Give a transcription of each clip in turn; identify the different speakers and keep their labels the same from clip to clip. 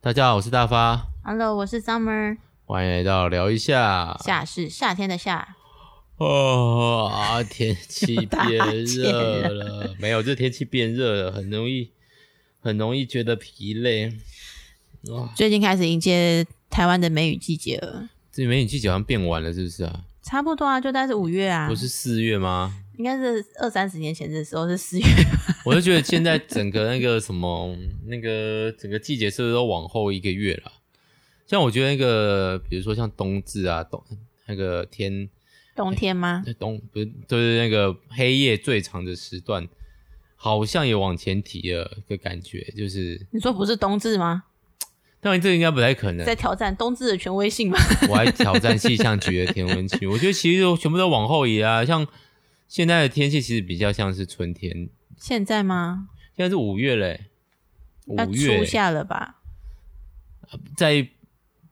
Speaker 1: 大家好，我是大发，
Speaker 2: Hello，我是 Summer，
Speaker 1: 欢迎来到聊一下。
Speaker 2: 夏是夏天的夏，
Speaker 1: 哦，啊天气
Speaker 2: 大
Speaker 1: 变
Speaker 2: 气
Speaker 1: 热了，没有，这天气变热了，很容易，很容易觉得疲累。哇，
Speaker 2: 最近开始迎接台湾的梅雨季节了，
Speaker 1: 这梅雨季节好像变晚了，是不是啊？
Speaker 2: 差不多啊，就大概是五月啊，
Speaker 1: 不是四月吗？
Speaker 2: 应该是二三十年前的时候是四月，
Speaker 1: 我就觉得现在整个那个什么， 那个整个季节是不是都往后一个月了？像我觉得那个，比如说像冬至啊，冬那个天
Speaker 2: 冬天吗？
Speaker 1: 那冬不是就是那个黑夜最长的时段，好像也往前提了个感觉，就是，
Speaker 2: 你说不是冬至吗？
Speaker 1: 当然这应该不太可能
Speaker 2: 在。挑战冬至的权威性吗？
Speaker 1: 我还挑战气象局的天文区，我觉得其实都全部都往后移啊。像现在的天气其实比较像是春天，
Speaker 2: 现在吗？
Speaker 1: 现在是五月嘞、五
Speaker 2: 要
Speaker 1: 月
Speaker 2: 初夏了吧？
Speaker 1: 在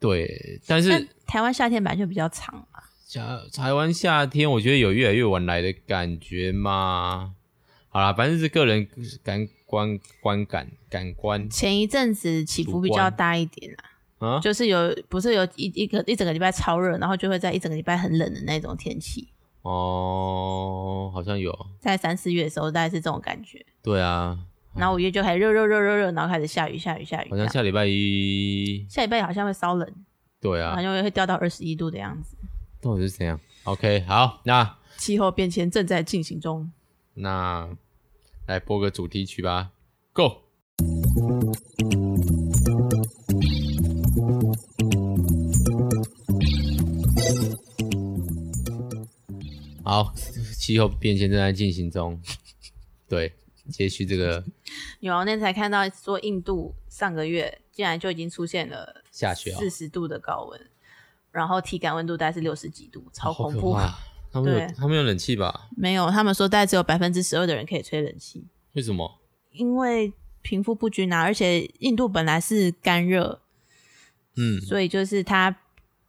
Speaker 1: 对，但
Speaker 2: 但
Speaker 1: 是
Speaker 2: 台湾夏天本来就比较长啊嘛，
Speaker 1: 夏台湾夏天，我觉得有越来越晚来的感觉嘛。好啦，反正是个人感观观感感官
Speaker 2: 前一阵子起伏比较大一点啊，
Speaker 1: 啊，
Speaker 2: 就是有不是有一一个一整个礼拜超热，然后就会在一整个礼拜很冷的那种天气，
Speaker 1: 哦，好像有，
Speaker 2: 在三四月的时候大概是这种感觉。
Speaker 1: 对啊，
Speaker 2: 然后五月就开始热热热热热，然后开始下雨下雨下雨
Speaker 1: 好
Speaker 2: 这样，
Speaker 1: 像下礼拜一，
Speaker 2: 下礼拜好像会稍冷，
Speaker 1: 对
Speaker 2: 然后
Speaker 1: 啊，
Speaker 2: 就会掉到二十一度的样子。
Speaker 1: 到底是怎样？OK，好，那
Speaker 2: 气候变迁正在进行中，
Speaker 1: 那来播个主题曲吧，Go。好，气候变迁正在进行中，对，接续这个
Speaker 2: 有啊我那天才看到说印度上个月竟然就已经出现了
Speaker 1: 下雪啊
Speaker 2: 四十度的高温，然后体感温度大概是六十几度，超
Speaker 1: 好
Speaker 2: 恐
Speaker 1: 可
Speaker 2: 怖。啊
Speaker 1: 怕，他们有
Speaker 2: 对
Speaker 1: 他们有冷气吧？
Speaker 2: 没有，他们说大概只有百分之十二的人可以吹冷气，
Speaker 1: 为什么？
Speaker 2: 因为贫富不均啊，而且印度本来是干热，
Speaker 1: 嗯，
Speaker 2: 所以就是它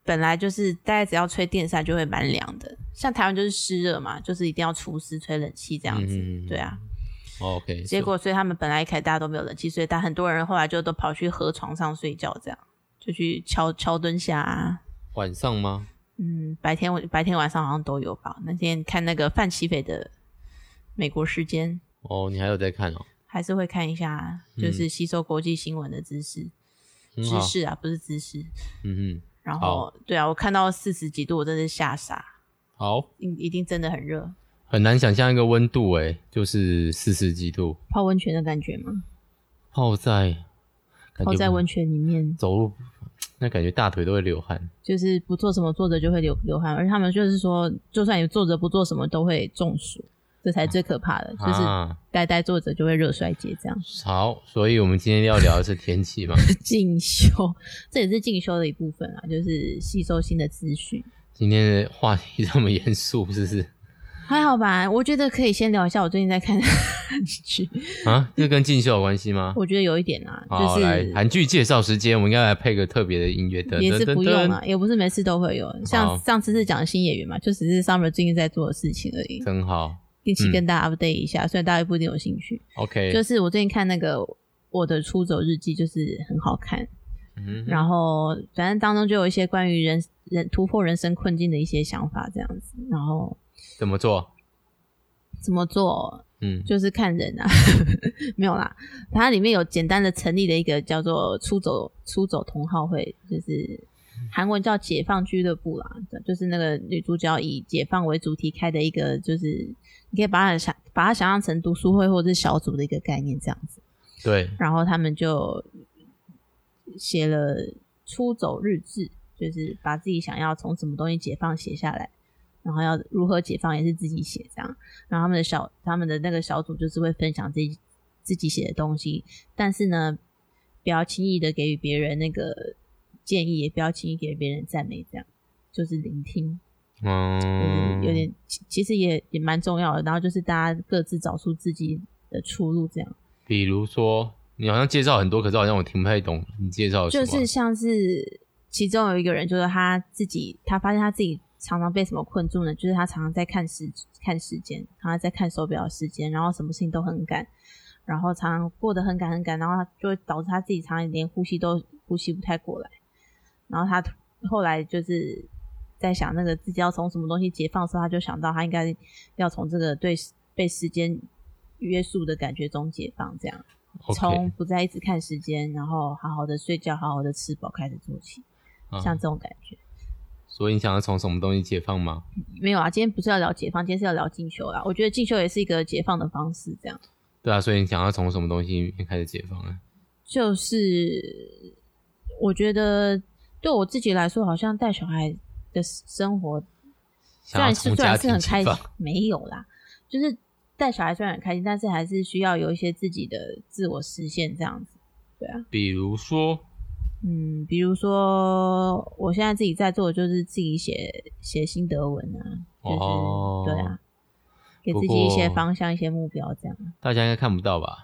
Speaker 2: 本来就是大概只要吹电扇就会蛮凉的，像台湾就是湿热嘛，就是一定要除湿吹冷气这样
Speaker 1: 嗯
Speaker 2: 子，
Speaker 1: 嗯嗯
Speaker 2: 对啊。
Speaker 1: 哦 OK，
Speaker 2: 结果所以他们本来一开始大家都没有冷气，所以大很多人后来就都跑去河床上睡觉，这样就去敲敲蹲下、啊。
Speaker 1: 晚上吗？
Speaker 2: 嗯，白天白天晚上好像都有吧。那天看那个范奇斐的《美国时间》，
Speaker 1: 哦，你还有在看哦，
Speaker 2: 还是会看一下啊，就是吸收国际新闻的知识、
Speaker 1: 嗯很
Speaker 2: 知
Speaker 1: 好，
Speaker 2: 识啊，不是知识。
Speaker 1: 嗯嗯，
Speaker 2: 然后对啊，我看到四十几度，我真的是吓傻。
Speaker 1: 好，
Speaker 2: 一一定真的很热，
Speaker 1: 很难想象一个温度诶，就是四十几度，
Speaker 2: 泡温泉的感觉吗？
Speaker 1: 泡在感
Speaker 2: 泡
Speaker 1: 觉
Speaker 2: 在温泉里面，
Speaker 1: 走路，那感觉大腿都会流汗，
Speaker 2: 就是不做什么，坐着就会流流汗，而且他们就是说，就算你坐着不做什么，都会中暑，这才最可怕的，就是
Speaker 1: 啊，
Speaker 2: 呆呆坐着就会热衰竭这样。
Speaker 1: 好，所以我们今天要聊的是天气 嘛，
Speaker 2: 进修，这也是进修的一部分啊，就是吸收新的资讯，
Speaker 1: 今天的话题这么严肃，是不是？
Speaker 2: 还好吧？我觉得可以先聊一下我最近在看的 韩剧，
Speaker 1: 啊，这跟进修有关系吗？
Speaker 2: 我觉得有一点啊，
Speaker 1: 好，
Speaker 2: 就
Speaker 1: 来
Speaker 2: 是
Speaker 1: 韩剧介绍时间，我们应该来配个特别的音乐，噔
Speaker 2: 也
Speaker 1: 噔
Speaker 2: 是不
Speaker 1: 噔
Speaker 2: 用啊，
Speaker 1: 噔，
Speaker 2: 也不是每次都会有，
Speaker 1: 好
Speaker 2: 像上次是讲新演员嘛，就只是 Summer 最近在做的事情而已。
Speaker 1: 真好
Speaker 2: 定期跟大家 update 一下，虽然大家不一定有兴趣。就
Speaker 1: ，OK，
Speaker 2: 是我最近看那个《我的出走日记》，就是很好看。
Speaker 1: 嗯哼，
Speaker 2: 然后反正当中就有一些关于人人突破人生困境的一些想法，这样子。然后
Speaker 1: 怎么做？
Speaker 2: 怎么做，
Speaker 1: 嗯，
Speaker 2: 就是看人啊， 没有啦。它里面有简单的成立了一个叫做“出走出走同好会”，就是韩文叫“解放俱乐部”啦，就是那个女主角以解放为主题开的一个，就是你可以把它想把它想象成读书会或者是小组的一个概念这样子。
Speaker 1: 对，
Speaker 2: 然后他们就写了出走日志，就是把自己想要从什么东西解放写下来，然后要如何解放也是自己写这样。然后他们的小他们的那个小组就是会分享自己自己写的东西，但是呢，不要轻易的给予别人那个建议，也不要轻易给别人赞美，这样就是聆听。
Speaker 1: 嗯，
Speaker 2: 有点其其实也也蛮重要的。然后就是大家各自找出自己的出路，这样。
Speaker 1: 比如说，你好像介绍很多，可是好像我听不太懂你介绍的什
Speaker 2: 就
Speaker 1: 么。
Speaker 2: 是像是其中有一个人，就是他自己，他发现他自己常常被什么困住呢？就是他常常在看时看时间，然后在看手表的时间，然后什么事情都很赶，然后常常过得很赶很赶，然后他就会导致他自己常常连呼吸都呼吸不太过来。然后他突后来就是在想那个自己要从什么东西解放的时候，他就想到他应该要从这个对被时间约束的感觉中解放，这样
Speaker 1: OK，
Speaker 2: 从不再一直看时间，然后好好的睡觉，好好的吃饱开始做起，
Speaker 1: 嗯
Speaker 2: 像这种感觉。
Speaker 1: 所以你想要从什么东西解放吗？
Speaker 2: 没有啊，今天不是要聊解放，今天是要聊进修啦。我觉得进修也是一个解放的方式，这样
Speaker 1: 对啊，所以你想要从什么东西开始解放啊？
Speaker 2: 就是我觉得对我自己来说，好像带小孩的生活虽
Speaker 1: 想要
Speaker 2: 然是
Speaker 1: 从
Speaker 2: 虽
Speaker 1: 家
Speaker 2: 然是
Speaker 1: 庭
Speaker 2: 很
Speaker 1: 解
Speaker 2: 开
Speaker 1: 放
Speaker 2: 心，，没有啦，就是带小孩虽然很开心，但是还是需要有一些自己的自我实现这样子。
Speaker 1: 比如说，
Speaker 2: 嗯，比如说我现在自己在做，就是自己写写心得文啊，就是、
Speaker 1: 哦，
Speaker 2: 对啊，，给
Speaker 1: 不
Speaker 2: 自己一些
Speaker 1: 过
Speaker 2: 方向、一些目标这样。
Speaker 1: 大家应该看不到吧？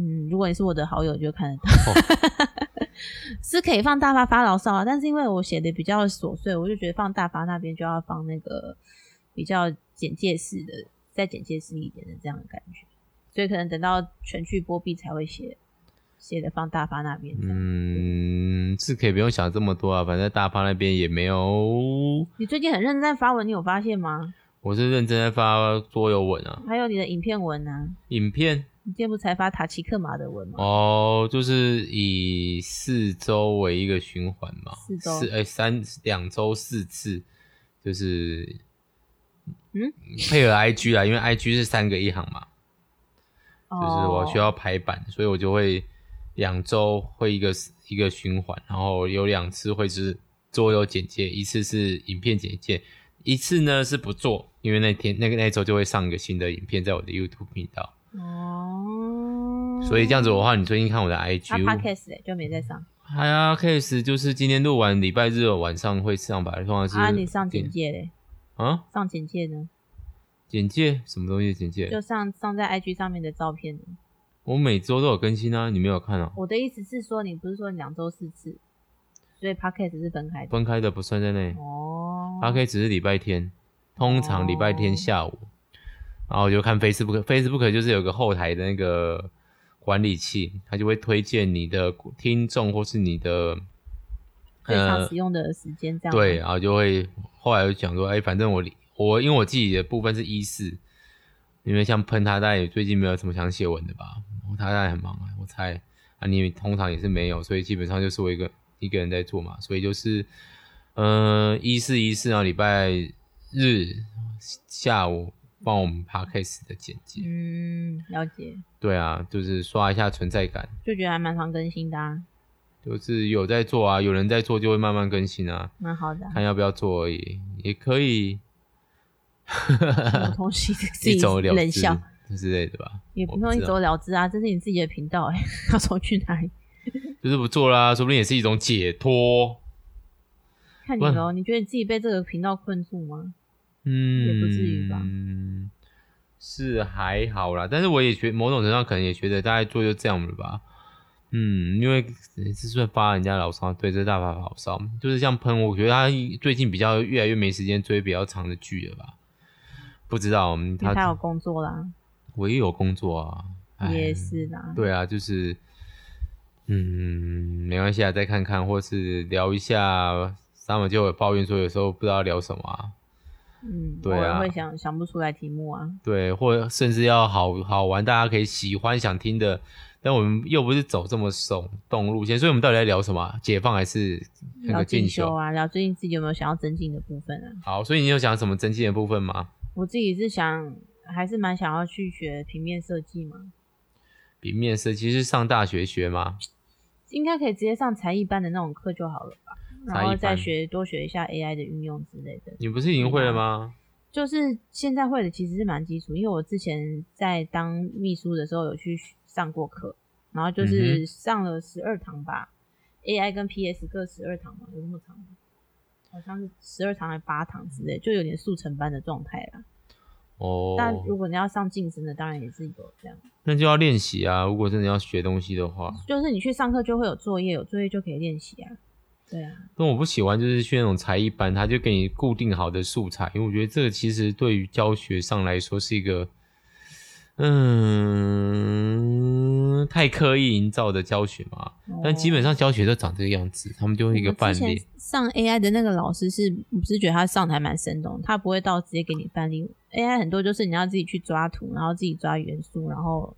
Speaker 2: 嗯，如果你是我的好友，你就看得到，
Speaker 1: 哦
Speaker 2: 是可以放大发发牢骚啊。但是因为我写的比较琐碎，我就觉得放大发那边就要放那个比较简介式的，再简介式一点的这样的感觉，所以可能等到全剧播毕才会写写的放大发那边这样。
Speaker 1: 嗯，是可以不用想这么多啊，反正大发那边也没有，
Speaker 2: 你最近很认真在发文，你有发现吗？
Speaker 1: 我是认真在发桌游文啊，
Speaker 2: 还有你的影片文啊，
Speaker 1: 影片
Speaker 2: 你今天不才发塔奇克马的文吗？
Speaker 1: 哦，就是以四周为一个循环嘛，
Speaker 2: 四周
Speaker 1: 哎、三两周四次，就是
Speaker 2: 嗯
Speaker 1: 配合 IG 啦，因为 IG 是三个一行嘛，哦就是我
Speaker 2: 哦
Speaker 1: 需要排版，所以我就会两周会一个一个循环，然后有两次会是桌游简介，一次是影片简介，一次呢是不做，因为那天那个那一周就会上一个新的影片在我的 YouTube 频道，
Speaker 2: 哦，
Speaker 1: 所以这样子的话，你最近看我的
Speaker 2: 他
Speaker 1: IG，
Speaker 2: podcast 欸就没在上
Speaker 1: 还啊 case 就是今天录完礼拜日的晚上会上吧，通常是
Speaker 2: 啊，你上简介嘞，
Speaker 1: 啊
Speaker 2: 上简介呢？
Speaker 1: 简介什么东西的简介
Speaker 2: 就，上上在 IG 上面的照片呢。
Speaker 1: 我每周都有更新啊，你没有看啊？
Speaker 2: 我的意思是说，你不是说你两周四次，所以 Podcast 是分开的
Speaker 1: 分开的不算在内。
Speaker 2: 哦。
Speaker 1: 他可以只是礼拜天，通常礼拜天下午，然后我就看 Facebook，Facebook 就是有个后台的那个管理器，它就会推荐你的听众或是你的呃
Speaker 2: 最常使用的时间这样吗
Speaker 1: 对，然啊后就会后来就讲说，哎、反正我我因为我自己的部分是一四，因为像喷他，大概也最近没有什么想写文的吧，他大概很忙啊，我猜啊，你通常也是没有，所以基本上就是我一个一个人在做嘛，所以就是呃一四一四，然后礼拜日下午放我们 podcast 的简介，
Speaker 2: 嗯，了解，
Speaker 1: 对啊，就是刷一下存在感，
Speaker 2: 就觉得还蛮常更新的、啊，
Speaker 1: 就是有在做啊，有人在做就会慢慢更新啊，
Speaker 2: 蛮好 的、啊。
Speaker 1: 看要不要做而已，也可以。
Speaker 2: 什么东西 自
Speaker 1: 一
Speaker 2: 己
Speaker 1: 走了
Speaker 2: 冷
Speaker 1: 之
Speaker 2: 笑，
Speaker 1: 之类的吧，
Speaker 2: 也
Speaker 1: 我
Speaker 2: 不用
Speaker 1: 知
Speaker 2: 一
Speaker 1: 道
Speaker 2: 走了之啊，这是你自己的频道哎、 要走去哪里？
Speaker 1: 就是不做啦，说不定也是一种解脱。
Speaker 2: 看你
Speaker 1: 不然
Speaker 2: 喽，你觉得你自己被这个频道困住吗？
Speaker 1: 嗯，
Speaker 2: 也不至于吧
Speaker 1: 是还好啦，但是我也觉某种程度上可能也觉得大概做就这样了吧。嗯，因为也是算发人家牢骚，对，这是大发牢骚，就是这样喷。我觉得他最近比较越来越没时间追比较长的剧了吧？不知道嗯
Speaker 2: 因为他有
Speaker 1: 他
Speaker 2: 工作啦，
Speaker 1: 我也有工作啊，唉
Speaker 2: 也是啦，
Speaker 1: 对啊，就是，嗯，没关系啊，再看看，或是聊一下。他们就有抱怨说，有时候不知道聊什么啊，
Speaker 2: 嗯，
Speaker 1: 对啊
Speaker 2: 偶尔会想想不出来题目啊，
Speaker 1: 对，或甚至要好好玩，大家可以喜欢想听的。但我们又不是走这么耸动路线，所以我们到底在聊什么啊、解放还是那
Speaker 2: 聊
Speaker 1: 个
Speaker 2: 进
Speaker 1: 进
Speaker 2: 修？啊，聊最近自己有没有想要增进的部分啊？
Speaker 1: 好，所以你有想什么增进的部分吗？
Speaker 2: 我自己是想，还是蛮想要去学平面设计嘛，
Speaker 1: 比面试其实是上大学学吗？
Speaker 2: 应该可以直接上才艺班的那种课就好了吧，
Speaker 1: 才艺班
Speaker 2: 然后再学多学一下 AI 的运用之类的。
Speaker 1: 你不是已经会了吗？
Speaker 2: 就是现在会的其实是蛮基础，因为我之前在当秘书的时候有去上过课，然后就
Speaker 1: 嗯
Speaker 2: 是上了十二堂吧、a i 跟 PS 各十二堂嘛，有那么长吗？好像是十二堂还八堂之类，就有点速成班的状态啦。
Speaker 1: 哦，
Speaker 2: 但如果你要上竞争的，当然也是有这样。
Speaker 1: 那就要练习啊。如果真的要学东西的话，
Speaker 2: 就是你去上课就会有作业，有作业就可以练习啊。对啊，
Speaker 1: 但我不喜欢就是去那种才艺班，他就给你固定好的素材，因为我觉得这个其实对于教学上来说是一个，嗯，太刻意营造的教学嘛，但基本
Speaker 2: 上
Speaker 1: 上教学都长这个样子，他们就会一个范例。。
Speaker 2: 上 AI 的那个老师是，我是觉得他上台蛮生动，他不会到直接给你范例。AI 很多就是你要自己去抓图，然后自己抓元素，然后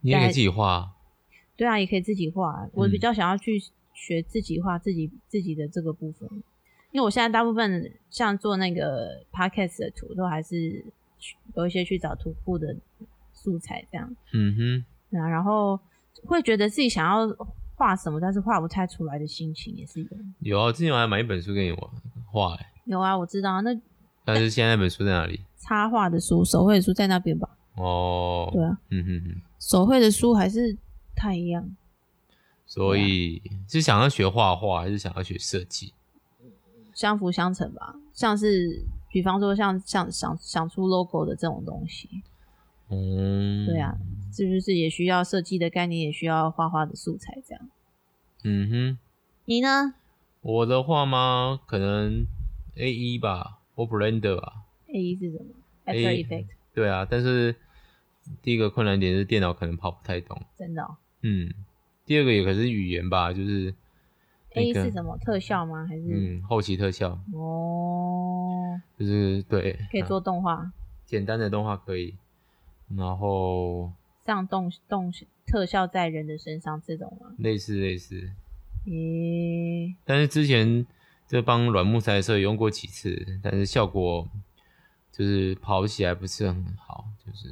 Speaker 1: 你也可以自己画，
Speaker 2: 对啊，也可以自己画。我
Speaker 1: 嗯
Speaker 2: 比较想要去学自己画自己自己的这个部分，因为我现在大部分像做那个 podcast 的图，都还是去有一些去找图库的素材这样。
Speaker 1: 嗯哼，
Speaker 2: 对啊，然后会觉得自己想要画什么，但是画不太出来的心情也是有。
Speaker 1: 有啊，我之前我还买一本书给你玩画、欸，
Speaker 2: 有啊，我知道啊，那
Speaker 1: 但是现在那本书在哪里？
Speaker 2: 插画的书、手绘的书在那边吧？
Speaker 1: 哦，
Speaker 2: 对啊，
Speaker 1: 嗯哼哼，
Speaker 2: 手绘的书还是不太一样。
Speaker 1: 所以
Speaker 2: 啊
Speaker 1: 是想要学画画，还是想要学设计？
Speaker 2: 相辅相成吧，像是比方说像像想想出 logo 的这种东西，
Speaker 1: 嗯，
Speaker 2: 对啊，是不是也需要设计的概念，也需要画画的素材这样？
Speaker 1: 嗯哼，
Speaker 2: 你呢
Speaker 1: 我的话吗？可能 A 一吧，或 Blender 吧，
Speaker 2: ？A 一是什么
Speaker 1: A
Speaker 2: ？After Effect，
Speaker 1: 对啊，但是第一个困难点是电脑可能跑不太懂，
Speaker 2: 真的、哦、
Speaker 1: 嗯，第二个也可是语言吧，就是
Speaker 2: ？A 一
Speaker 1: 那个
Speaker 2: 是什么？特效吗？还是、
Speaker 1: 嗯，后期特效
Speaker 2: 哦，
Speaker 1: 就是对，
Speaker 2: 可以
Speaker 1: 啊
Speaker 2: 做动画，
Speaker 1: 简单的动画可以，然后
Speaker 2: 上动动特效在人的身上这种吗？
Speaker 1: 类似类似，
Speaker 2: 咦、
Speaker 1: 但是之前这帮软木塞的时候也用过几次，但是效果就是跑起来不是很好，就是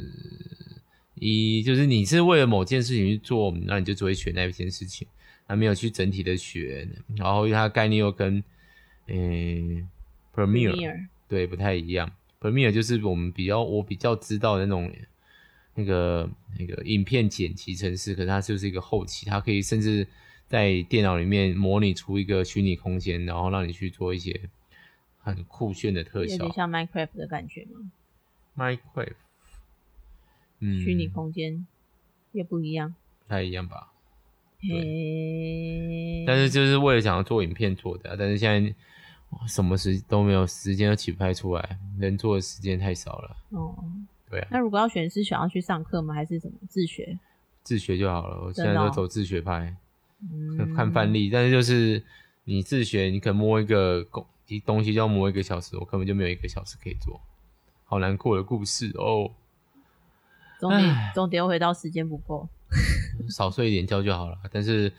Speaker 1: 一就是你是为了某件事情去做，那你就只会学那一件事情，还没有去整体的学，然后它的概念又跟嗯 Premiere 对不太一样，Premiere 就是我们比较我比较知道的那种。那个那个影片剪辑程式，可是它就是一个后期，它可以甚至在电脑里面模拟出一个虚拟空间，然后让你去做一些很酷炫的特
Speaker 2: 有
Speaker 1: 效
Speaker 2: 点。像 Minecraft 的感觉吗？
Speaker 1: Minecraft，嗯，
Speaker 2: 虚拟空间也不一样。
Speaker 1: 不太一样吧？
Speaker 2: 嘿，
Speaker 1: 但是就是为了想要做影片做的啊、但是现在哇什么时都没有，时间都起不太出来，能做的时间太少了。
Speaker 2: 哦，
Speaker 1: 对啊，
Speaker 2: 那如果要选是想要去上课吗？还是怎么自学？
Speaker 1: 自学就好了。我现
Speaker 2: 真
Speaker 1: 在都
Speaker 2: 的哦
Speaker 1: 走自学派。
Speaker 2: 嗯，
Speaker 1: 看范例，但是就是你自学，你可能摸一个工一东西就要摸一个小时，我根本就没有一个小时可以做，好难过的故事哦。
Speaker 2: 总得
Speaker 1: 唉
Speaker 2: 总得又回到时间不够，
Speaker 1: 少睡一点觉就好了，但是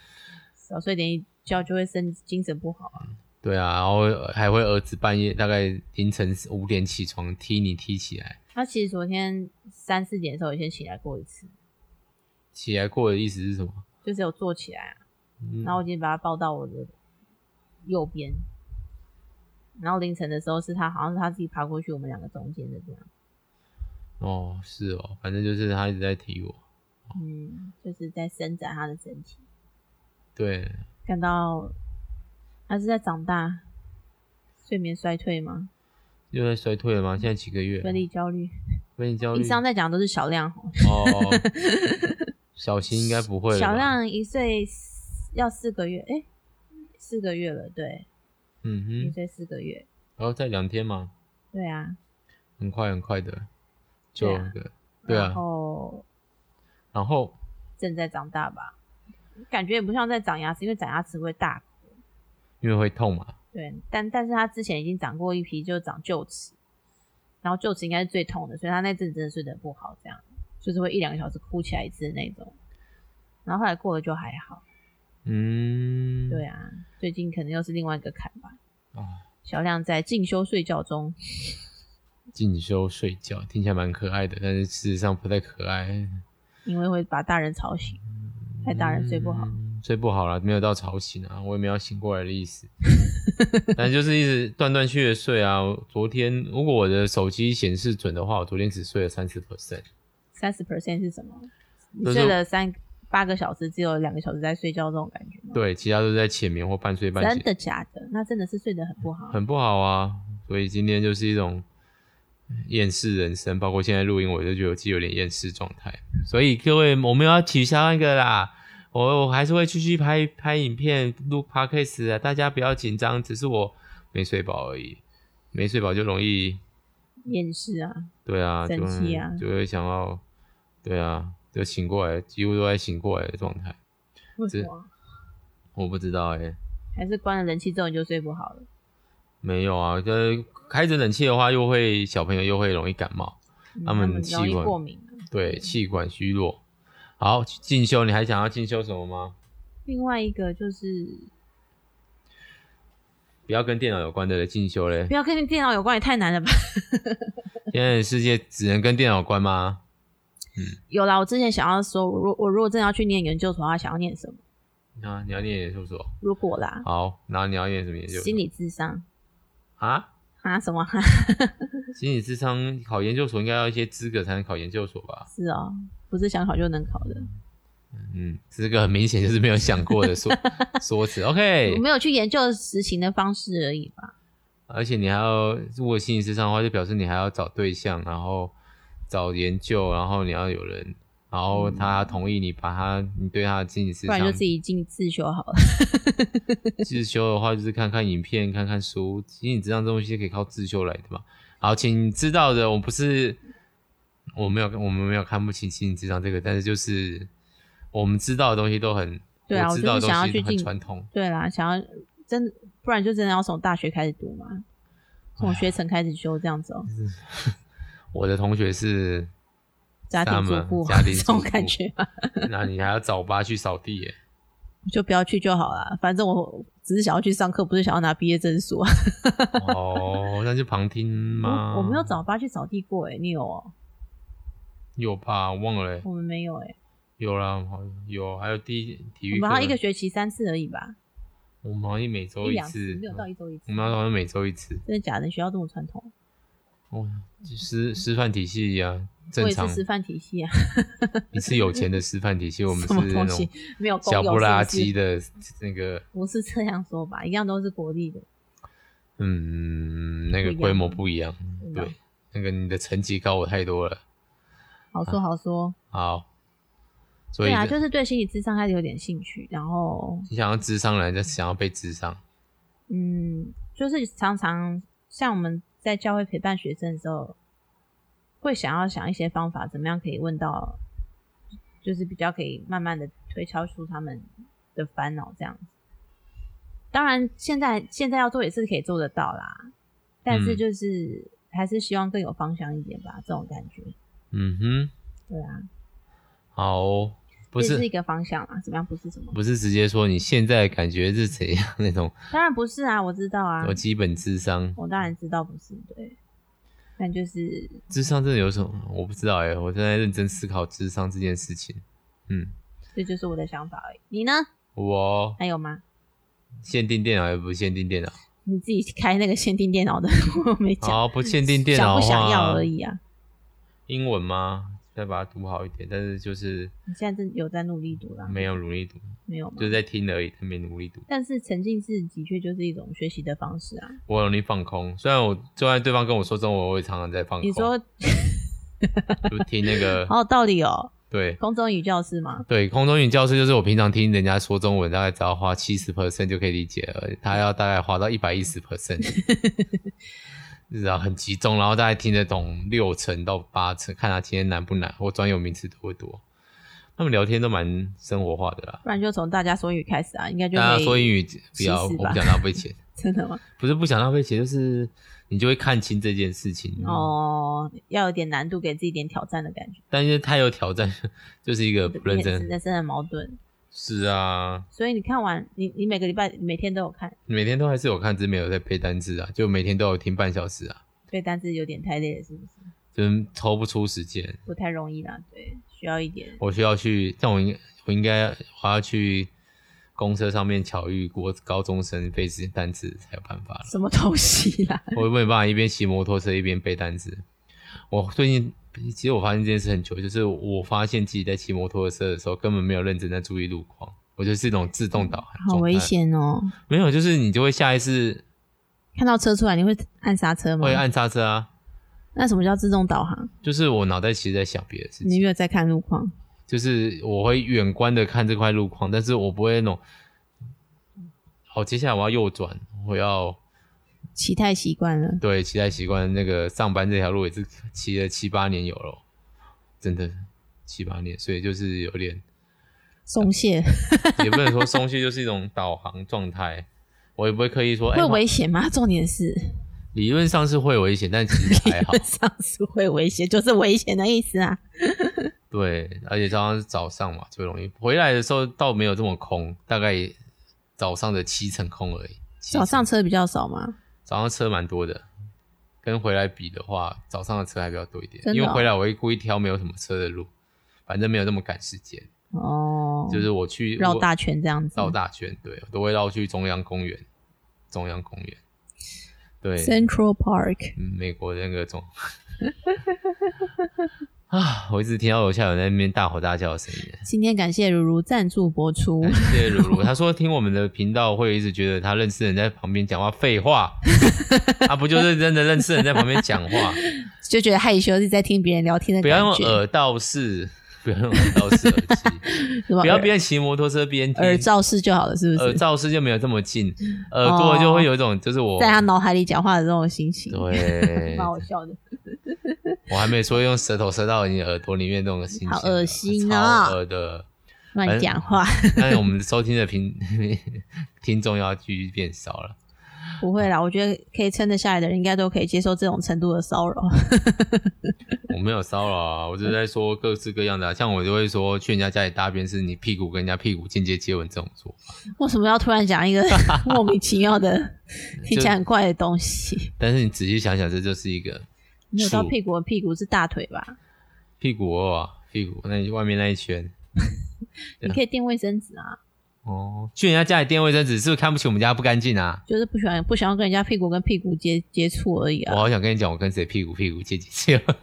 Speaker 2: 少睡点一觉就会身精神不好啊。
Speaker 1: 对啊，然后还会儿子半夜大概凌晨五点起床踢你踢起来，
Speaker 2: 他其实昨天三四点的时候，有先起来过一次，
Speaker 1: 起来过的意思是什么？
Speaker 2: 就是有坐起来啊，
Speaker 1: 嗯
Speaker 2: 然后我已经把他抱到我的右边，然后凌晨的时候是他好像是他自己爬过去我们两个中间的这样，
Speaker 1: 哦是哦，反正就是他一直在踢我，
Speaker 2: 嗯，就是在伸展他的身体，
Speaker 1: 对，
Speaker 2: 感到他是在长大，睡眠衰退吗？
Speaker 1: 又在衰退了吗？现在几个月？
Speaker 2: 分离焦虑，
Speaker 1: 分离啊焦虑
Speaker 2: 以上在讲的都是小亮吼，
Speaker 1: 哦，小新应该不会了吧
Speaker 2: 小亮一岁四要四个月，哎、四个月了，对，
Speaker 1: 嗯哼
Speaker 2: 一，岁四个月，
Speaker 1: 然后再两天嘛，
Speaker 2: 对啊，
Speaker 1: 很快很快的，就
Speaker 2: 对啊
Speaker 1: 对对啊
Speaker 2: 然，后
Speaker 1: 然后
Speaker 2: 正在长大吧，感觉也不像在长牙齿，因为长牙齿会大，
Speaker 1: 因为会痛嘛，
Speaker 2: 对，但但是他之前已经长过一批，就是长臼齿，然后臼齿应该是最痛的，所以他那阵子真的睡得不好，这样就是会一两个小时哭起来一次的那种，然后后来过了就还好，
Speaker 1: 嗯，
Speaker 2: 对啊，最近可能又是另外一个坎吧。
Speaker 1: 啊，
Speaker 2: 小亮在进修睡觉中，
Speaker 1: 进修睡觉听起来蛮可爱的，但是事实上不太可爱，
Speaker 2: 因为会把大人吵醒，害大人睡不好。
Speaker 1: 嗯睡不好了，没有到吵醒啊，我也没有醒过来的意 思，但就是一直断断续续地睡啊。我昨天如果我的手机显示准的话，我昨天只睡了三十 percent，
Speaker 2: 三十 percent 是什么？你
Speaker 1: 就是
Speaker 2: 睡了三八个小时，只有两个小时在睡觉，这种感觉吗？
Speaker 1: 对，其他都在浅眠或半睡半
Speaker 2: 真
Speaker 1: 醒，
Speaker 2: 的假的？那真的是睡得很不好。
Speaker 1: 很不好啊。所以今天就是一种厌世人生，包括现在录音，我就觉得我自己有点厌世状态。所以各位，我们要取消那个啦，我我还是会继续拍拍影片、录 podcast 的，大家不要紧张，只是我没睡饱而已。没睡饱就容易，
Speaker 2: 厌世啊，
Speaker 1: 对啊，就
Speaker 2: 生气啊
Speaker 1: 就会想要对啊，就醒过来，几乎都在醒过来的状态。
Speaker 2: 为什
Speaker 1: 这
Speaker 2: 么啊？
Speaker 1: 我不知道哎、
Speaker 2: 还是关了冷气之后你就睡不好了？
Speaker 1: 没有啊，这开着冷气的话，又会小朋友又会容易感冒，
Speaker 2: 嗯
Speaker 1: 他
Speaker 2: 他
Speaker 1: 们
Speaker 2: 们
Speaker 1: 气
Speaker 2: 容易
Speaker 1: 管
Speaker 2: 过敏啊。
Speaker 1: 对，气管虚弱。好，进修，你还想要进修什么吗？
Speaker 2: 另外一个就是
Speaker 1: 不要跟电脑有关的进修嘞
Speaker 2: 不。要跟电脑有关，也太难了吧？
Speaker 1: 现在的世界只能跟电脑有关吗？
Speaker 2: 有啦，我之前想要说，我如我如果真的要去念研究所的话，想要念什么？
Speaker 1: 啊，你要念研究所，
Speaker 2: 如果啦，
Speaker 1: 好，然后你要念什么研究所？
Speaker 2: 心理智商
Speaker 1: 啊，
Speaker 2: 啊什么？
Speaker 1: 心理智商考研究所应该要一些资格才能考研究所吧？
Speaker 2: 是哦，不是想考就能考的。
Speaker 1: 嗯，这个很明显就是没有想过的说 说辞。
Speaker 2: 我
Speaker 1: OK，
Speaker 2: 没有去研究实行的方式而已吧。
Speaker 1: 而且你还要，如果心理智商的话，就表示你还要找对象，然后找研究，然后你要有人，然后他同意你把他，你对他的心理智
Speaker 2: 不然
Speaker 1: 商
Speaker 2: 就自己进自修好了。
Speaker 1: 自修的话，就是看看影片、看看书。其实你知道这东西可以靠自修来的嘛。好，请知道的，我不是我没有我们没有看不起心理智商这个，但是就是我们知道的东西都很，
Speaker 2: 对啊
Speaker 1: 我知道的
Speaker 2: 我就是想
Speaker 1: 东
Speaker 2: 要
Speaker 1: 西
Speaker 2: 去
Speaker 1: 很
Speaker 2: 进
Speaker 1: 传统。
Speaker 2: 对啦，想要真的，不然就真的要从大学开始读嘛，从学程开始修这样子哦、
Speaker 1: 我的同学是
Speaker 2: 家庭主
Speaker 1: Summer，
Speaker 2: 妇
Speaker 1: 家庭
Speaker 2: 这
Speaker 1: 主
Speaker 2: 种
Speaker 1: 妇
Speaker 2: 感，觉嘛，
Speaker 1: 那你还要早八去扫地耶？
Speaker 2: 就不要去就好啦。反正我只是想要去上课，不是想要拿毕业证书啊。
Speaker 1: 哦， 那就旁听吗？
Speaker 2: 我我没有早八去扫地过诶、你有哦、
Speaker 1: 有吧？我忘了耶，
Speaker 2: 我们没有诶、
Speaker 1: 有啦，好像有，还有地体
Speaker 2: 我
Speaker 1: 育课，
Speaker 2: 们好像一个学期三次而已吧，
Speaker 1: 我们好像每周
Speaker 2: 一
Speaker 1: 一
Speaker 2: 两
Speaker 1: 次嗯
Speaker 2: 次，，没有到一周一次
Speaker 1: 我。们好像每周一次。
Speaker 2: 真的假的？你学校这么传统？
Speaker 1: 哦，师师范体系呀、
Speaker 2: 我
Speaker 1: 正
Speaker 2: 也是
Speaker 1: 常。
Speaker 2: 师范体系啊，
Speaker 1: 你是有钱的师范体系，我们是
Speaker 2: 什么
Speaker 1: 那
Speaker 2: 东西
Speaker 1: 种
Speaker 2: 没有公
Speaker 1: 小
Speaker 2: 有
Speaker 1: 不拉
Speaker 2: 是不是
Speaker 1: 几的那个，
Speaker 2: 不是这样说吧，一样都是国立的，
Speaker 1: 嗯，那个
Speaker 2: 不一样
Speaker 1: 规模不一样。
Speaker 2: 真的
Speaker 1: 对，那个你的成绩高我太多了。
Speaker 2: 好
Speaker 1: 啊
Speaker 2: 说好说。
Speaker 1: 好，所以
Speaker 2: 对啊，
Speaker 1: 这
Speaker 2: 就是对心理智商开始有点兴趣，然后
Speaker 1: 你想要智商人，就想要被智商。
Speaker 2: 嗯，就是常常像我们在教会陪伴学生的时候，会想要想一些方法，怎么样可以问到，就是比较可以慢慢的推敲出他们的烦恼这样子。当然，现在现在要做也是可以做得到啦，但是
Speaker 1: 嗯
Speaker 2: 就是还是希望更有方向一点吧，这种感觉，
Speaker 1: 嗯哼，
Speaker 2: 对啊，
Speaker 1: 好哦、不
Speaker 2: 这是一
Speaker 1: 是
Speaker 2: 个方向啊，怎么样不是什么？
Speaker 1: 不是直接说你现在感觉是怎样那种，
Speaker 2: 当然不是啊，我知道啊
Speaker 1: 有，基本智商。
Speaker 2: 我当然知道不是对，但就是
Speaker 1: 智商真的有什么？我不知道哎、我正在认真思考智商这件事情。嗯，
Speaker 2: 这就是我的想法而已。你呢？
Speaker 1: 我
Speaker 2: 还有吗？
Speaker 1: 限定电脑也不限定电脑，
Speaker 2: 你自己开那个限定电脑的， 我没讲。
Speaker 1: 好不哦限定电脑的
Speaker 2: 想不想要
Speaker 1: 话，
Speaker 2: 而已啊。
Speaker 1: 英文吗？再把它读好一点，但是就是
Speaker 2: 你现在真的有在努力读啦？
Speaker 1: 没有努力读，
Speaker 2: 没有吗？
Speaker 1: 就是在听而已，但没努力读。
Speaker 2: 但是沉浸式的确就是一种学习的方式啊。
Speaker 1: 我很容易放空，虽然我就算对方跟我说中文，我也常常在放空。
Speaker 2: 你说
Speaker 1: 就听那个
Speaker 2: 好有道理 哦，
Speaker 1: 对
Speaker 2: 空中语教室嘛，
Speaker 1: 对，空中语教室就是我平常听人家说中文，大概只要花七十 percent 就可以理解了，他要大概花到一百一十 percent，然后很集中，然后大概听得懂六成到八成，看他今天难不难，或专有名词多不多。他们聊天都蛮生活化的啦，
Speaker 2: 不然就从大家说语开始啊，应该就
Speaker 1: 大
Speaker 2: 可
Speaker 1: 家
Speaker 2: 以。
Speaker 1: 说英语不要，我
Speaker 2: 70吧
Speaker 1: 不想浪费钱，
Speaker 2: 真的吗？
Speaker 1: 不是不想浪费钱，就是你就会看清这件事情。，
Speaker 2: 哦，要有点难度，给自己一点挑战的感觉。
Speaker 1: 但是太有挑战， 就是一个不认
Speaker 2: 你
Speaker 1: 真。
Speaker 2: 也是真的很矛盾。
Speaker 1: 是啊，
Speaker 2: 所以你看完，你你每个礼拜每天都有看，
Speaker 1: 每天都还是有看，只是没有在背单词啊，就每天都有听半小时啊，
Speaker 2: 背单词有点太累了，是不是？
Speaker 1: 就是抽不出时间。
Speaker 2: 不太容易啦，对，需要一点。
Speaker 1: 我需要去，但我应我应该我要去公车上面巧遇国高中生背这些单词才有办法了。
Speaker 2: 什么东西啦？
Speaker 1: 我没有办法一边骑摩托车一边背单词。我最近其实我发现这件事很久，就是我发现自己在骑摩托车的时候根本没有认真在注意路况，我就是一种自动导航。
Speaker 2: 嗯好危！险哦！
Speaker 1: 没有，就是你就会下意识
Speaker 2: 看到车出来，你会按刹车吗
Speaker 1: 会？按刹车啊，
Speaker 2: 那什么叫自动导航？
Speaker 1: 就是我脑袋其实在想别的事情
Speaker 2: 你。没有在看路况，
Speaker 1: 就是我会远观的看这块路况，但是我不会那种，好，接下来我要右转，我要
Speaker 2: 骑太习惯了。
Speaker 1: 对骑太习惯那个上班这条路也是骑了七八年有了，真的七八年，所以就是有点
Speaker 2: 松懈
Speaker 1: 也不能说松懈，就是一种导航状态。我也不会刻意说，哎、
Speaker 2: 会
Speaker 1: 我
Speaker 2: 危险吗？ 重点是。
Speaker 1: 理论上是会危险，但其实还好
Speaker 2: 上司会危险，就是危险的意思啊。
Speaker 1: 对，而且常常是早上嘛，最容易回来的时候倒没有这么空，大概也早上的七成空而已。七成
Speaker 2: 早上车比较少吗？
Speaker 1: 早上车蛮多的，跟回来比的话，早上的车还比较多一点。
Speaker 2: 真的哦
Speaker 1: 因为回来我会故意挑没有什么车的路，反正没有那么赶时间。
Speaker 2: 哦，
Speaker 1: 就是我去
Speaker 2: 绕
Speaker 1: 我
Speaker 2: 大圈这样子
Speaker 1: 绕大圈，对，我都会绕去中央公园，中央公园，对，
Speaker 2: Central Park
Speaker 1: 嗯美国的那个中。 啊！我一直听到楼下有在那边大吼大叫的声音。
Speaker 2: 今天感谢如如赞助播出，
Speaker 1: 感谢如如，他说听我们的频道会一直觉得他认识人在旁边讲话废 话，他、不就是真的认识人在旁边讲话？
Speaker 2: 就觉得害羞是在听别人聊天的
Speaker 1: 不要用
Speaker 2: 感觉，
Speaker 1: 耳道式， 不要用耳道式耳 机，
Speaker 2: 是吧
Speaker 1: 不要
Speaker 2: 耳
Speaker 1: 边骑摩托车边听。
Speaker 2: 耳罩式就好了，是不
Speaker 1: 耳
Speaker 2: 是？
Speaker 1: 罩式就没有这么近，耳朵就会有一种就是我
Speaker 2: 在他脑海里讲话的这种心情，
Speaker 1: 对
Speaker 2: 蛮，好笑的。
Speaker 1: 我还没说用舌头舌到你耳朵里面那种心情，
Speaker 2: 好恶心啊
Speaker 1: 超恶的。
Speaker 2: 乱讲话
Speaker 1: 但是我们收听 的频听众要继续变少了。
Speaker 2: 不会啦，我觉得可以撑得下来的人应该都可以接受这种程度的 骚扰。
Speaker 1: 我没有骚扰啊，我只是在说各式各样的啊、像我就会说去人家家里大便是你屁股跟人家屁股间接接吻这种做法，
Speaker 2: 为什么要突然 讲一个莫名其妙的、听起来很怪的 东西？
Speaker 1: 但是你仔细想想，这就是一个
Speaker 2: 没有到
Speaker 1: 处
Speaker 2: 屁股，屁股是大腿吧？
Speaker 1: 屁股哦啊，屁股那外面那一圈
Speaker 2: 你可以垫卫生纸啊，
Speaker 1: 哦，去人家家里垫卫生纸是不是看不起我们家不干净啊？
Speaker 2: 就是不喜欢不想要跟人家屁股跟屁股接接触而已
Speaker 1: 我
Speaker 2: 啊。
Speaker 1: 好想跟你讲，我跟谁屁股屁股间接接吻。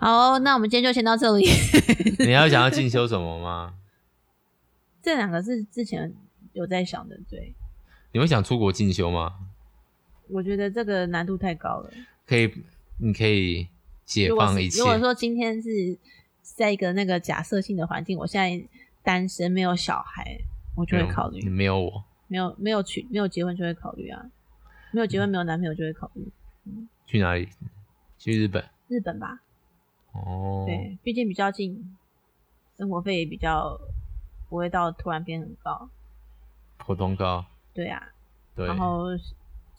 Speaker 2: 好，那我们今天就先到这里。
Speaker 1: 你还有想要进修什么吗？
Speaker 2: 这两个是之前有在想的，对
Speaker 1: 你会想出国进修吗？
Speaker 2: 我觉得这个难度太高了。
Speaker 1: 可以，你可以解
Speaker 2: 如果
Speaker 1: 放一
Speaker 2: 是
Speaker 1: 切
Speaker 2: 如。果说今天是在一个那个假设性的环境，我现在单身没有小孩，我就
Speaker 1: 没
Speaker 2: 会
Speaker 1: 有
Speaker 2: 考虑；
Speaker 1: 没有我
Speaker 2: 没有没有娶没有结婚就会考虑啊，没有结
Speaker 1: 嗯
Speaker 2: 婚没有男朋友就会考虑
Speaker 1: 去哪里？去日本
Speaker 2: 日本吧，
Speaker 1: 哦。
Speaker 2: 对，毕竟比较近，生活费也比较不会到突然变很高，
Speaker 1: 普通高
Speaker 2: 对啊，
Speaker 1: 对。
Speaker 2: 然后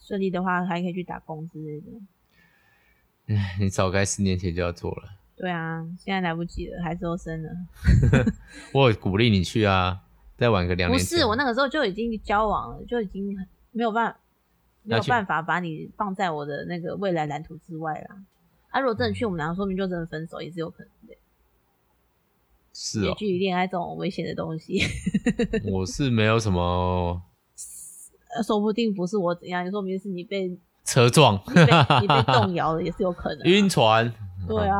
Speaker 2: 顺利的话还可以去打工之类的，
Speaker 1: 唉 你早该四年前就要做了。
Speaker 2: 对啊，现在来不及了，孩子都生了。
Speaker 1: 我有鼓励你去啊，再晚个两
Speaker 2: 不
Speaker 1: 年。
Speaker 2: 是，我那个时候就已经交往了，就已经很没有办法，没
Speaker 1: 那
Speaker 2: 有
Speaker 1: 去
Speaker 2: 办法把你放在我的那个未来蓝图之外啦。啊，如果真的去，我们两个说明就真的分手也是有可能的。
Speaker 1: 是
Speaker 2: 远
Speaker 1: 哦，
Speaker 2: 距离恋爱这种危险的东西，
Speaker 1: 我是没有什么
Speaker 2: 呃说不定不是我怎样，说明是你被你
Speaker 1: 车撞，
Speaker 2: 被 你被动摇了，也是有可能、啊
Speaker 1: 晕。船。嗯
Speaker 2: 对啊，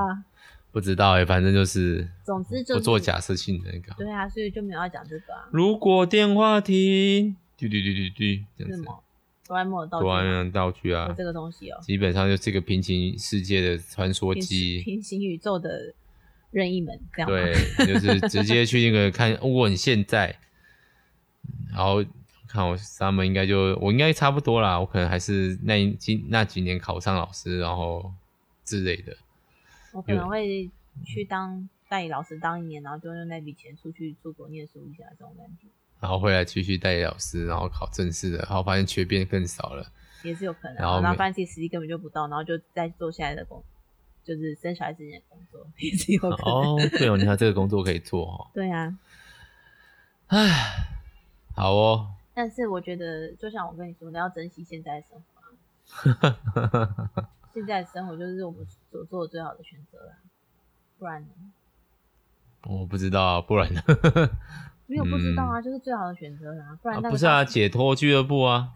Speaker 1: 不知道哎、反正就是
Speaker 2: 总之就
Speaker 1: 不
Speaker 2: 是
Speaker 1: 做。假设性的那个。
Speaker 2: 对啊，所以就没有要讲这个啊，
Speaker 1: 如果电话亭，嘟嘟嘟嘟嘟，这样
Speaker 2: 是
Speaker 1: 子，
Speaker 2: 吗？哆啦 A 梦的道具
Speaker 1: 多安
Speaker 2: 吗
Speaker 1: 人道具啊
Speaker 2: 有，这个东西哦、
Speaker 1: 基本上就是一个平行世界的穿梭
Speaker 2: 平行
Speaker 1: 机，
Speaker 2: 平行宇宙的任意门这样吗。
Speaker 1: 对，就是直接去那个看问现在，然后看我 summer 应该就我应该差不多啦，我可能还是那一今那几年考上老师，然后之类的，
Speaker 2: 我可能会去当代理老师当一年，然后就用那笔钱出去出国念书一下，这种感觉
Speaker 1: 然后回来继续代理老师，然后考正式的，然后发现缺变更少了，
Speaker 2: 也是有可能
Speaker 1: 然后
Speaker 2: 啊。
Speaker 1: 没
Speaker 2: 然后发现自己实力根本就不到，然后就再做现在的工，就是生小孩之前的工作 也是有可能。
Speaker 1: 哦，对 哦，你看这个工作可以做哦，
Speaker 2: 对啊，
Speaker 1: 唉，好哦，
Speaker 2: 但是我觉得就像我跟你说的，要珍惜现在的生活啊。啊 现在的生活就是我们所做的最好的选择啦，不然呢
Speaker 1: 我不知道啊，不然呢？
Speaker 2: 没有不知道啊，就是最好的选择啦，不然 那个、
Speaker 1: 不是嗯啊，，解脱俱乐部啊，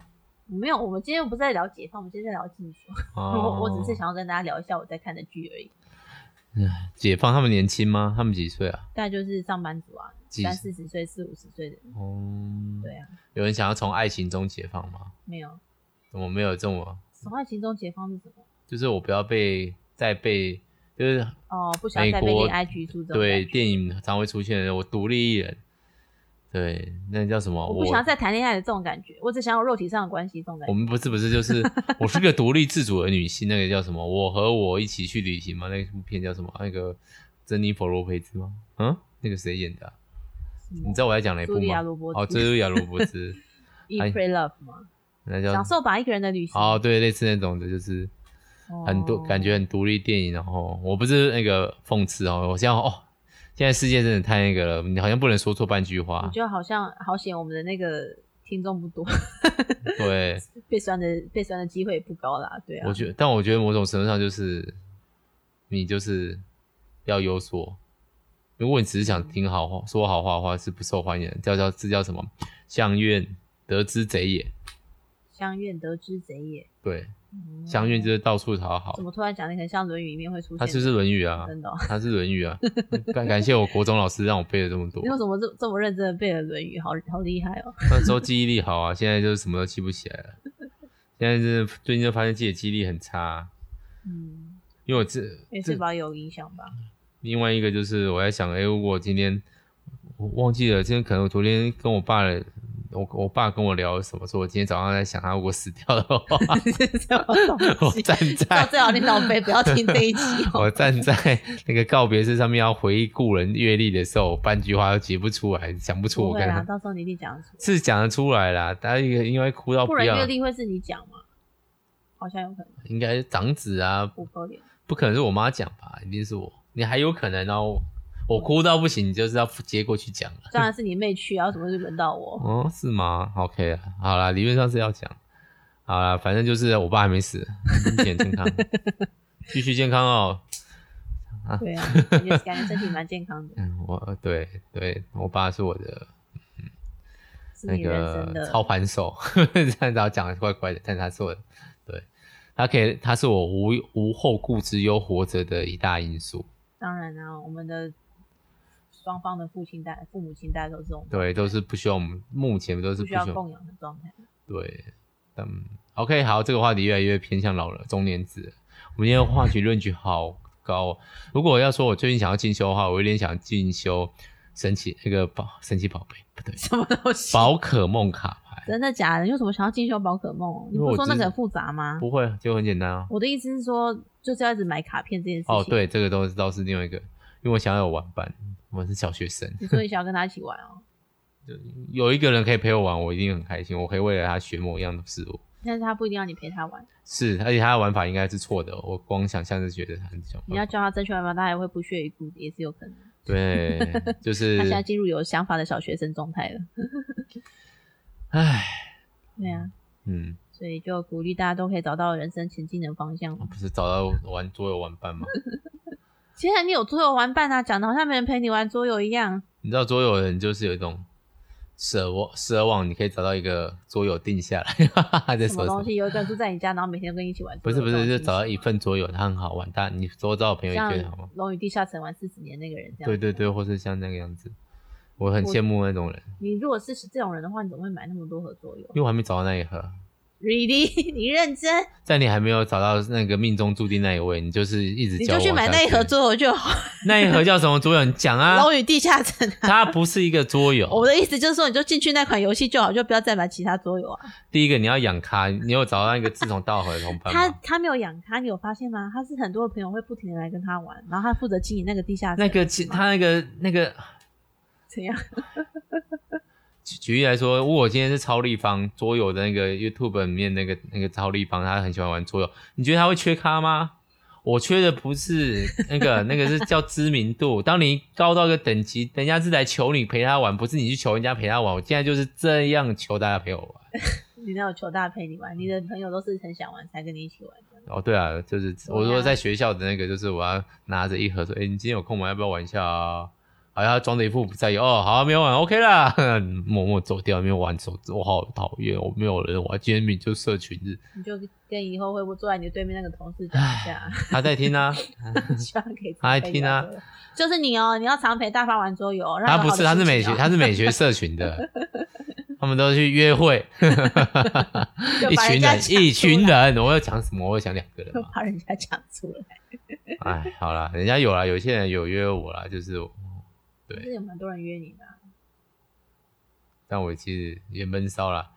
Speaker 2: 没有，我们今天又不是在聊解放，我们今天在聊进修。
Speaker 1: 哦
Speaker 2: 我我只是想要跟大家聊一下我在看的剧而已。
Speaker 1: 解放他们年轻吗？他们几岁啊？
Speaker 2: 大概就是上班族啊，
Speaker 1: 几
Speaker 2: 三四十岁、四五十岁的人，
Speaker 1: 哦、
Speaker 2: 对啊，
Speaker 1: 有人想要从爱情中解放吗？
Speaker 2: 没有。
Speaker 1: 怎么没有这么？
Speaker 2: 从爱情中解放是什么？
Speaker 1: 就是我不要被再被，就是
Speaker 2: 哦，不想要再被
Speaker 1: 美国
Speaker 2: 恋爱拘束这种
Speaker 1: 对
Speaker 2: 感觉。
Speaker 1: 电影常会出现的，我独立一人，对，那叫什么？
Speaker 2: 我
Speaker 1: 哦我
Speaker 2: 不想要再谈恋爱的这种感觉，我只想要有肉体上的关系这种感
Speaker 1: 我
Speaker 2: 觉。
Speaker 1: 们不是不是就是 我是个独立自主的女性，那个叫什么？我和我一起去旅行吗？那部片叫什么？那个珍妮佛·罗培兹吗？嗯，那个谁演的啊、
Speaker 2: 什么
Speaker 1: 你知道我在讲哪一部
Speaker 2: 茱莉亚
Speaker 1: 吗？
Speaker 2: 罗伯
Speaker 1: 哦，
Speaker 2: 兹
Speaker 1: 茱莉亚·罗伯 兹，哎
Speaker 2: Eat Pray Love 吗？
Speaker 1: 那叫
Speaker 2: 享受吧，一个人的旅行。
Speaker 1: 哦，对，类似那种的，就是很多、
Speaker 2: 哦
Speaker 1: 感觉很独立电影。然后我不是那个讽刺哦，我现在哦，现在世界真的太那个了，你好像不能说错半句
Speaker 2: 我
Speaker 1: 话。
Speaker 2: 觉得好像好险，我们的那个听众不多，
Speaker 1: 对，
Speaker 2: 被酸的被酸的机会也不高啦。对啊，
Speaker 1: 我觉得，但我觉得某种程度上就是你就是要有所。如果你只是想听好话、说好话的话，是不受欢迎的。叫叫这叫什么？相怨得之贼也。
Speaker 2: 相怨得之贼也。
Speaker 1: 对，
Speaker 2: 嗯
Speaker 1: 相怨就是到处讨好
Speaker 2: 怎。么突然讲的很像《论语》里面会出现的？
Speaker 1: 它就是《论语》啊，
Speaker 2: 真的哦、
Speaker 1: 它是《论语》啊。感感谢我国中老师让我背了这么多
Speaker 2: 你。为什么这这么认真的背了《论语》？好好厉害哦！
Speaker 1: 那时候记忆力好啊，现在就是什么都记不起来了。现在就是最近就发现自己的记忆力很差啊、
Speaker 2: 嗯，
Speaker 1: 因为我这
Speaker 2: 也
Speaker 1: 这
Speaker 2: 是吧，有影响 吧？
Speaker 1: 另外一个就是我在想，哎、如果我今天我忘记了，今天可能我昨天跟我爸的，我我爸跟我聊什么，说我今天早上在想他如果死掉的 话，
Speaker 2: 这种东
Speaker 1: 我
Speaker 2: 西
Speaker 1: 站
Speaker 2: 到
Speaker 1: 在
Speaker 2: 最好你脑背不要听这一集哦。
Speaker 1: 我站在那个告别式上面要回顾人阅历的时候，我半句话都结不出来，想不出
Speaker 2: 不
Speaker 1: 我
Speaker 2: 会
Speaker 1: 跟
Speaker 2: 啦，
Speaker 1: 他
Speaker 2: 到时候你一定讲得出。
Speaker 1: 是讲得出来啦，但一个因为哭到
Speaker 2: 不
Speaker 1: 哦不
Speaker 2: 然
Speaker 1: 要啊
Speaker 2: 阅，历会是你讲吗？好像有可能，
Speaker 1: 应该是长子啊，
Speaker 2: 不可怜。
Speaker 1: 不可能是我妈讲吧，一定是我，你还有可能哦、我哭到不行，你就是要接过去讲了。
Speaker 2: 当然是你妹去啊，为什么就轮到我？
Speaker 1: 哦，是吗？OK 啊，好啦，理论上是要讲，好啦，反正就是我爸还没死，身体很健 康，继续健康哦。
Speaker 2: 对啊，感觉感觉身体蛮健康的，
Speaker 1: 嗯，我对对，我爸是我的
Speaker 2: 是
Speaker 1: 那
Speaker 2: 你人生
Speaker 1: 个
Speaker 2: 的
Speaker 1: 操盘手，这样子讲的怪怪的，但是他是我的，对，他可以，他是我无无后顾之忧活着的一大因素，
Speaker 2: 当然啊，我们的双方的父亲代、父母亲代都是这种
Speaker 1: 对，都是不需要我们目前都是
Speaker 2: 不
Speaker 1: 不需
Speaker 2: 需
Speaker 1: 要
Speaker 2: 要供养的状态。
Speaker 1: 对，嗯，OK，好，这个话题越来越偏向老了中年子了。我们今天话题论据好高、哦。如果要说我最近想要进修的话，我有点想进修神奇那个宝神奇宝贝，不对，
Speaker 2: 什么东西？
Speaker 1: 宝可梦卡牌。
Speaker 2: 真的假的？你为什么想要进修宝可梦？哦
Speaker 1: 哎
Speaker 2: 你
Speaker 1: 因为我
Speaker 2: 不是说那
Speaker 1: 之
Speaker 2: 个
Speaker 1: 前
Speaker 2: 很复杂吗？
Speaker 1: 不会，就很简单啊。
Speaker 2: 我的意思是说，就是要一直买卡片这件事情。
Speaker 1: 哦，，对，这个东西倒是另外一个，因为我想要有玩伴，我是小学生，
Speaker 2: 你说你想要跟他一起玩哦。
Speaker 1: 有一个人可以陪我玩，我一定很开心。我可以为了他学某样的事物。
Speaker 2: 但是他不一定要你陪他玩，
Speaker 1: 是，而且他的玩法应该是错的，哦我光想象就觉得他很想玩。
Speaker 2: 你要教他正确玩法，他还会不屑一顾，也是有可能。
Speaker 1: 对， 就是
Speaker 2: 他现在进入有想法的小学生状态了。
Speaker 1: 唉，
Speaker 2: 对啊，
Speaker 1: 嗯，
Speaker 2: 所以就鼓励大家都可以找到人生前进的方向。
Speaker 1: 不是找到玩桌游玩伴吗？
Speaker 2: 既然你有桌游玩伴啊，讲的好像没人陪你玩桌游一样。
Speaker 1: 你知道桌游的人就是有一种奢望，奢望你可以找到一个桌游定下来， 他在
Speaker 2: 什
Speaker 1: 说
Speaker 2: 么
Speaker 1: 什
Speaker 2: 东
Speaker 1: 么？
Speaker 2: 西？有一个人住在你家，然后每天都跟你一起玩。
Speaker 1: 不是不是，就找到
Speaker 2: 一
Speaker 1: 一份桌游，它很好玩，但你周遭的朋友也
Speaker 2: 像
Speaker 1: 觉得好
Speaker 2: 《
Speaker 1: 吗？
Speaker 2: 龙与地下城》玩四十年那个人这样。
Speaker 1: 对对对，。或是像那个样子，我很
Speaker 2: 我
Speaker 1: 羡慕那种人，
Speaker 2: 你如果是这种人的话，你怎么会买那么多盒桌游
Speaker 1: 因为我还没找到那一盒。
Speaker 2: ？Really？你 认真，
Speaker 1: 在你还没有找到那个命中注定那一位，你就是一直
Speaker 2: 你
Speaker 1: 交
Speaker 2: 就去
Speaker 1: 往
Speaker 2: 买
Speaker 1: 下
Speaker 2: 那一盒
Speaker 1: 去，
Speaker 2: 桌游就好。
Speaker 1: 那一盒叫什么桌游？你讲啊
Speaker 2: 《，龙与地下城》啊，
Speaker 1: 它不是一个桌游。
Speaker 2: 我的意思就是说，你就进去那款游戏就好，就不要再买其他桌游啊。
Speaker 1: 第一个你要养咖，你有找到一个志同道合的同伴
Speaker 2: 他
Speaker 1: 吗？
Speaker 2: 他没有养他，你有发现吗？他是很多的朋友会不停的来跟他玩，然后他负责经营那个地下城。
Speaker 1: 那个其他那个那个，
Speaker 2: 怎样？
Speaker 1: 举举例来说，如果我今天是超立方桌游的那个 YouTube 里面那个那个超立方，他很喜欢玩桌游，你觉得他会缺咖吗？我缺的不是那个， 那个是叫知名度。当你高到一个等级，人家是来求你陪他玩，不是你去求人家陪他玩。我现在就是这样求大家陪我玩。
Speaker 2: 你那有求大陪你玩，你的朋友都是很想玩才跟你一起玩的。
Speaker 1: 哦，对啊，就是我说在学校的那个，就是我要拿着一盒说，哎、你今天有空吗？要不要玩一下啊？好像装着一副不在意哦，好、啊，没有玩，OK 啦， 默默走掉，没有玩手机，我好讨厌，我没有人玩，今天明明就社群日，
Speaker 2: 你就跟以后会不会坐在你对面那个同事讲一下，
Speaker 1: 他在听 啊，
Speaker 2: 希望可以常
Speaker 1: 他还
Speaker 2: 陪
Speaker 1: 听
Speaker 2: 你玩
Speaker 1: 啊
Speaker 2: 桌游。就是你哦，你要常陪大发玩桌游。让
Speaker 1: 他
Speaker 2: 有
Speaker 1: 不
Speaker 2: 好
Speaker 1: 是，
Speaker 2: 的
Speaker 1: 他是
Speaker 2: 心
Speaker 1: 美
Speaker 2: 情
Speaker 1: 学，
Speaker 2: 哦
Speaker 1: 他是美学社群 的，他们都去约会，
Speaker 2: 就
Speaker 1: 一
Speaker 2: 把
Speaker 1: 群
Speaker 2: 人家
Speaker 1: 人，
Speaker 2: 讲
Speaker 1: 一
Speaker 2: 出
Speaker 1: 群
Speaker 2: 来
Speaker 1: 人，我要讲什么？我要讲两个人
Speaker 2: 就
Speaker 1: 嘛，
Speaker 2: 把人家讲出来。
Speaker 1: 哎，好啦，人家有啦，有些人有约我啦，就是我，对
Speaker 2: 可是有蛮多人约你的啊、
Speaker 1: 但我其实也闷骚啦。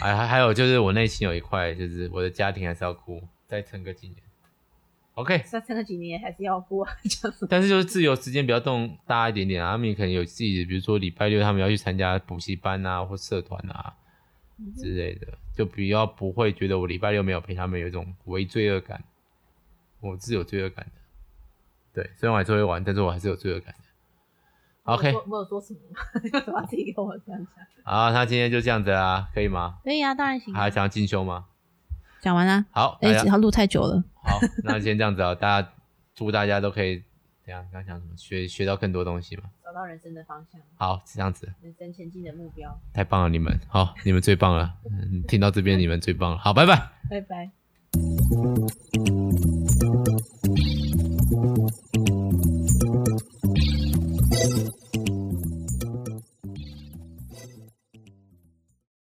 Speaker 1: 哎，还还有就是我内心有一块，就是我的家庭还是要哭，再撑个几年。 OK，
Speaker 2: 三三个几年还是要过啊 这样子。
Speaker 1: 但是就是自由时间比较动大一点点啊，他们也可能有自己的，比如说礼拜六他们要去参加补习班啊或社团啊之类的，就比较不会觉得我礼拜六没有陪他们有一种为罪恶感，我是有罪恶感的。对，虽然我还是会玩，但是我还是有罪恶感的。OK，
Speaker 2: 我有我有说什么吗？ 就把自己跟我这样讲。
Speaker 1: 好，他今天就这样子啦，可以吗？
Speaker 2: 可以啊，当然行啊。
Speaker 1: 还想要进修吗？
Speaker 2: 讲完啦，
Speaker 1: 好，大
Speaker 2: 哎、
Speaker 1: 家
Speaker 2: 只要录太久了。
Speaker 1: 好， 那先这样子啊，大家祝大家都可以，怎样？刚刚讲什么？学学到更多东西嘛。
Speaker 2: 找到人生的方向，
Speaker 1: 好，这样子，
Speaker 2: 人生前进的目标。
Speaker 1: 太棒了，你们好，你们最棒了。嗯，听到这边你们最棒了。好，拜拜。
Speaker 2: 拜拜。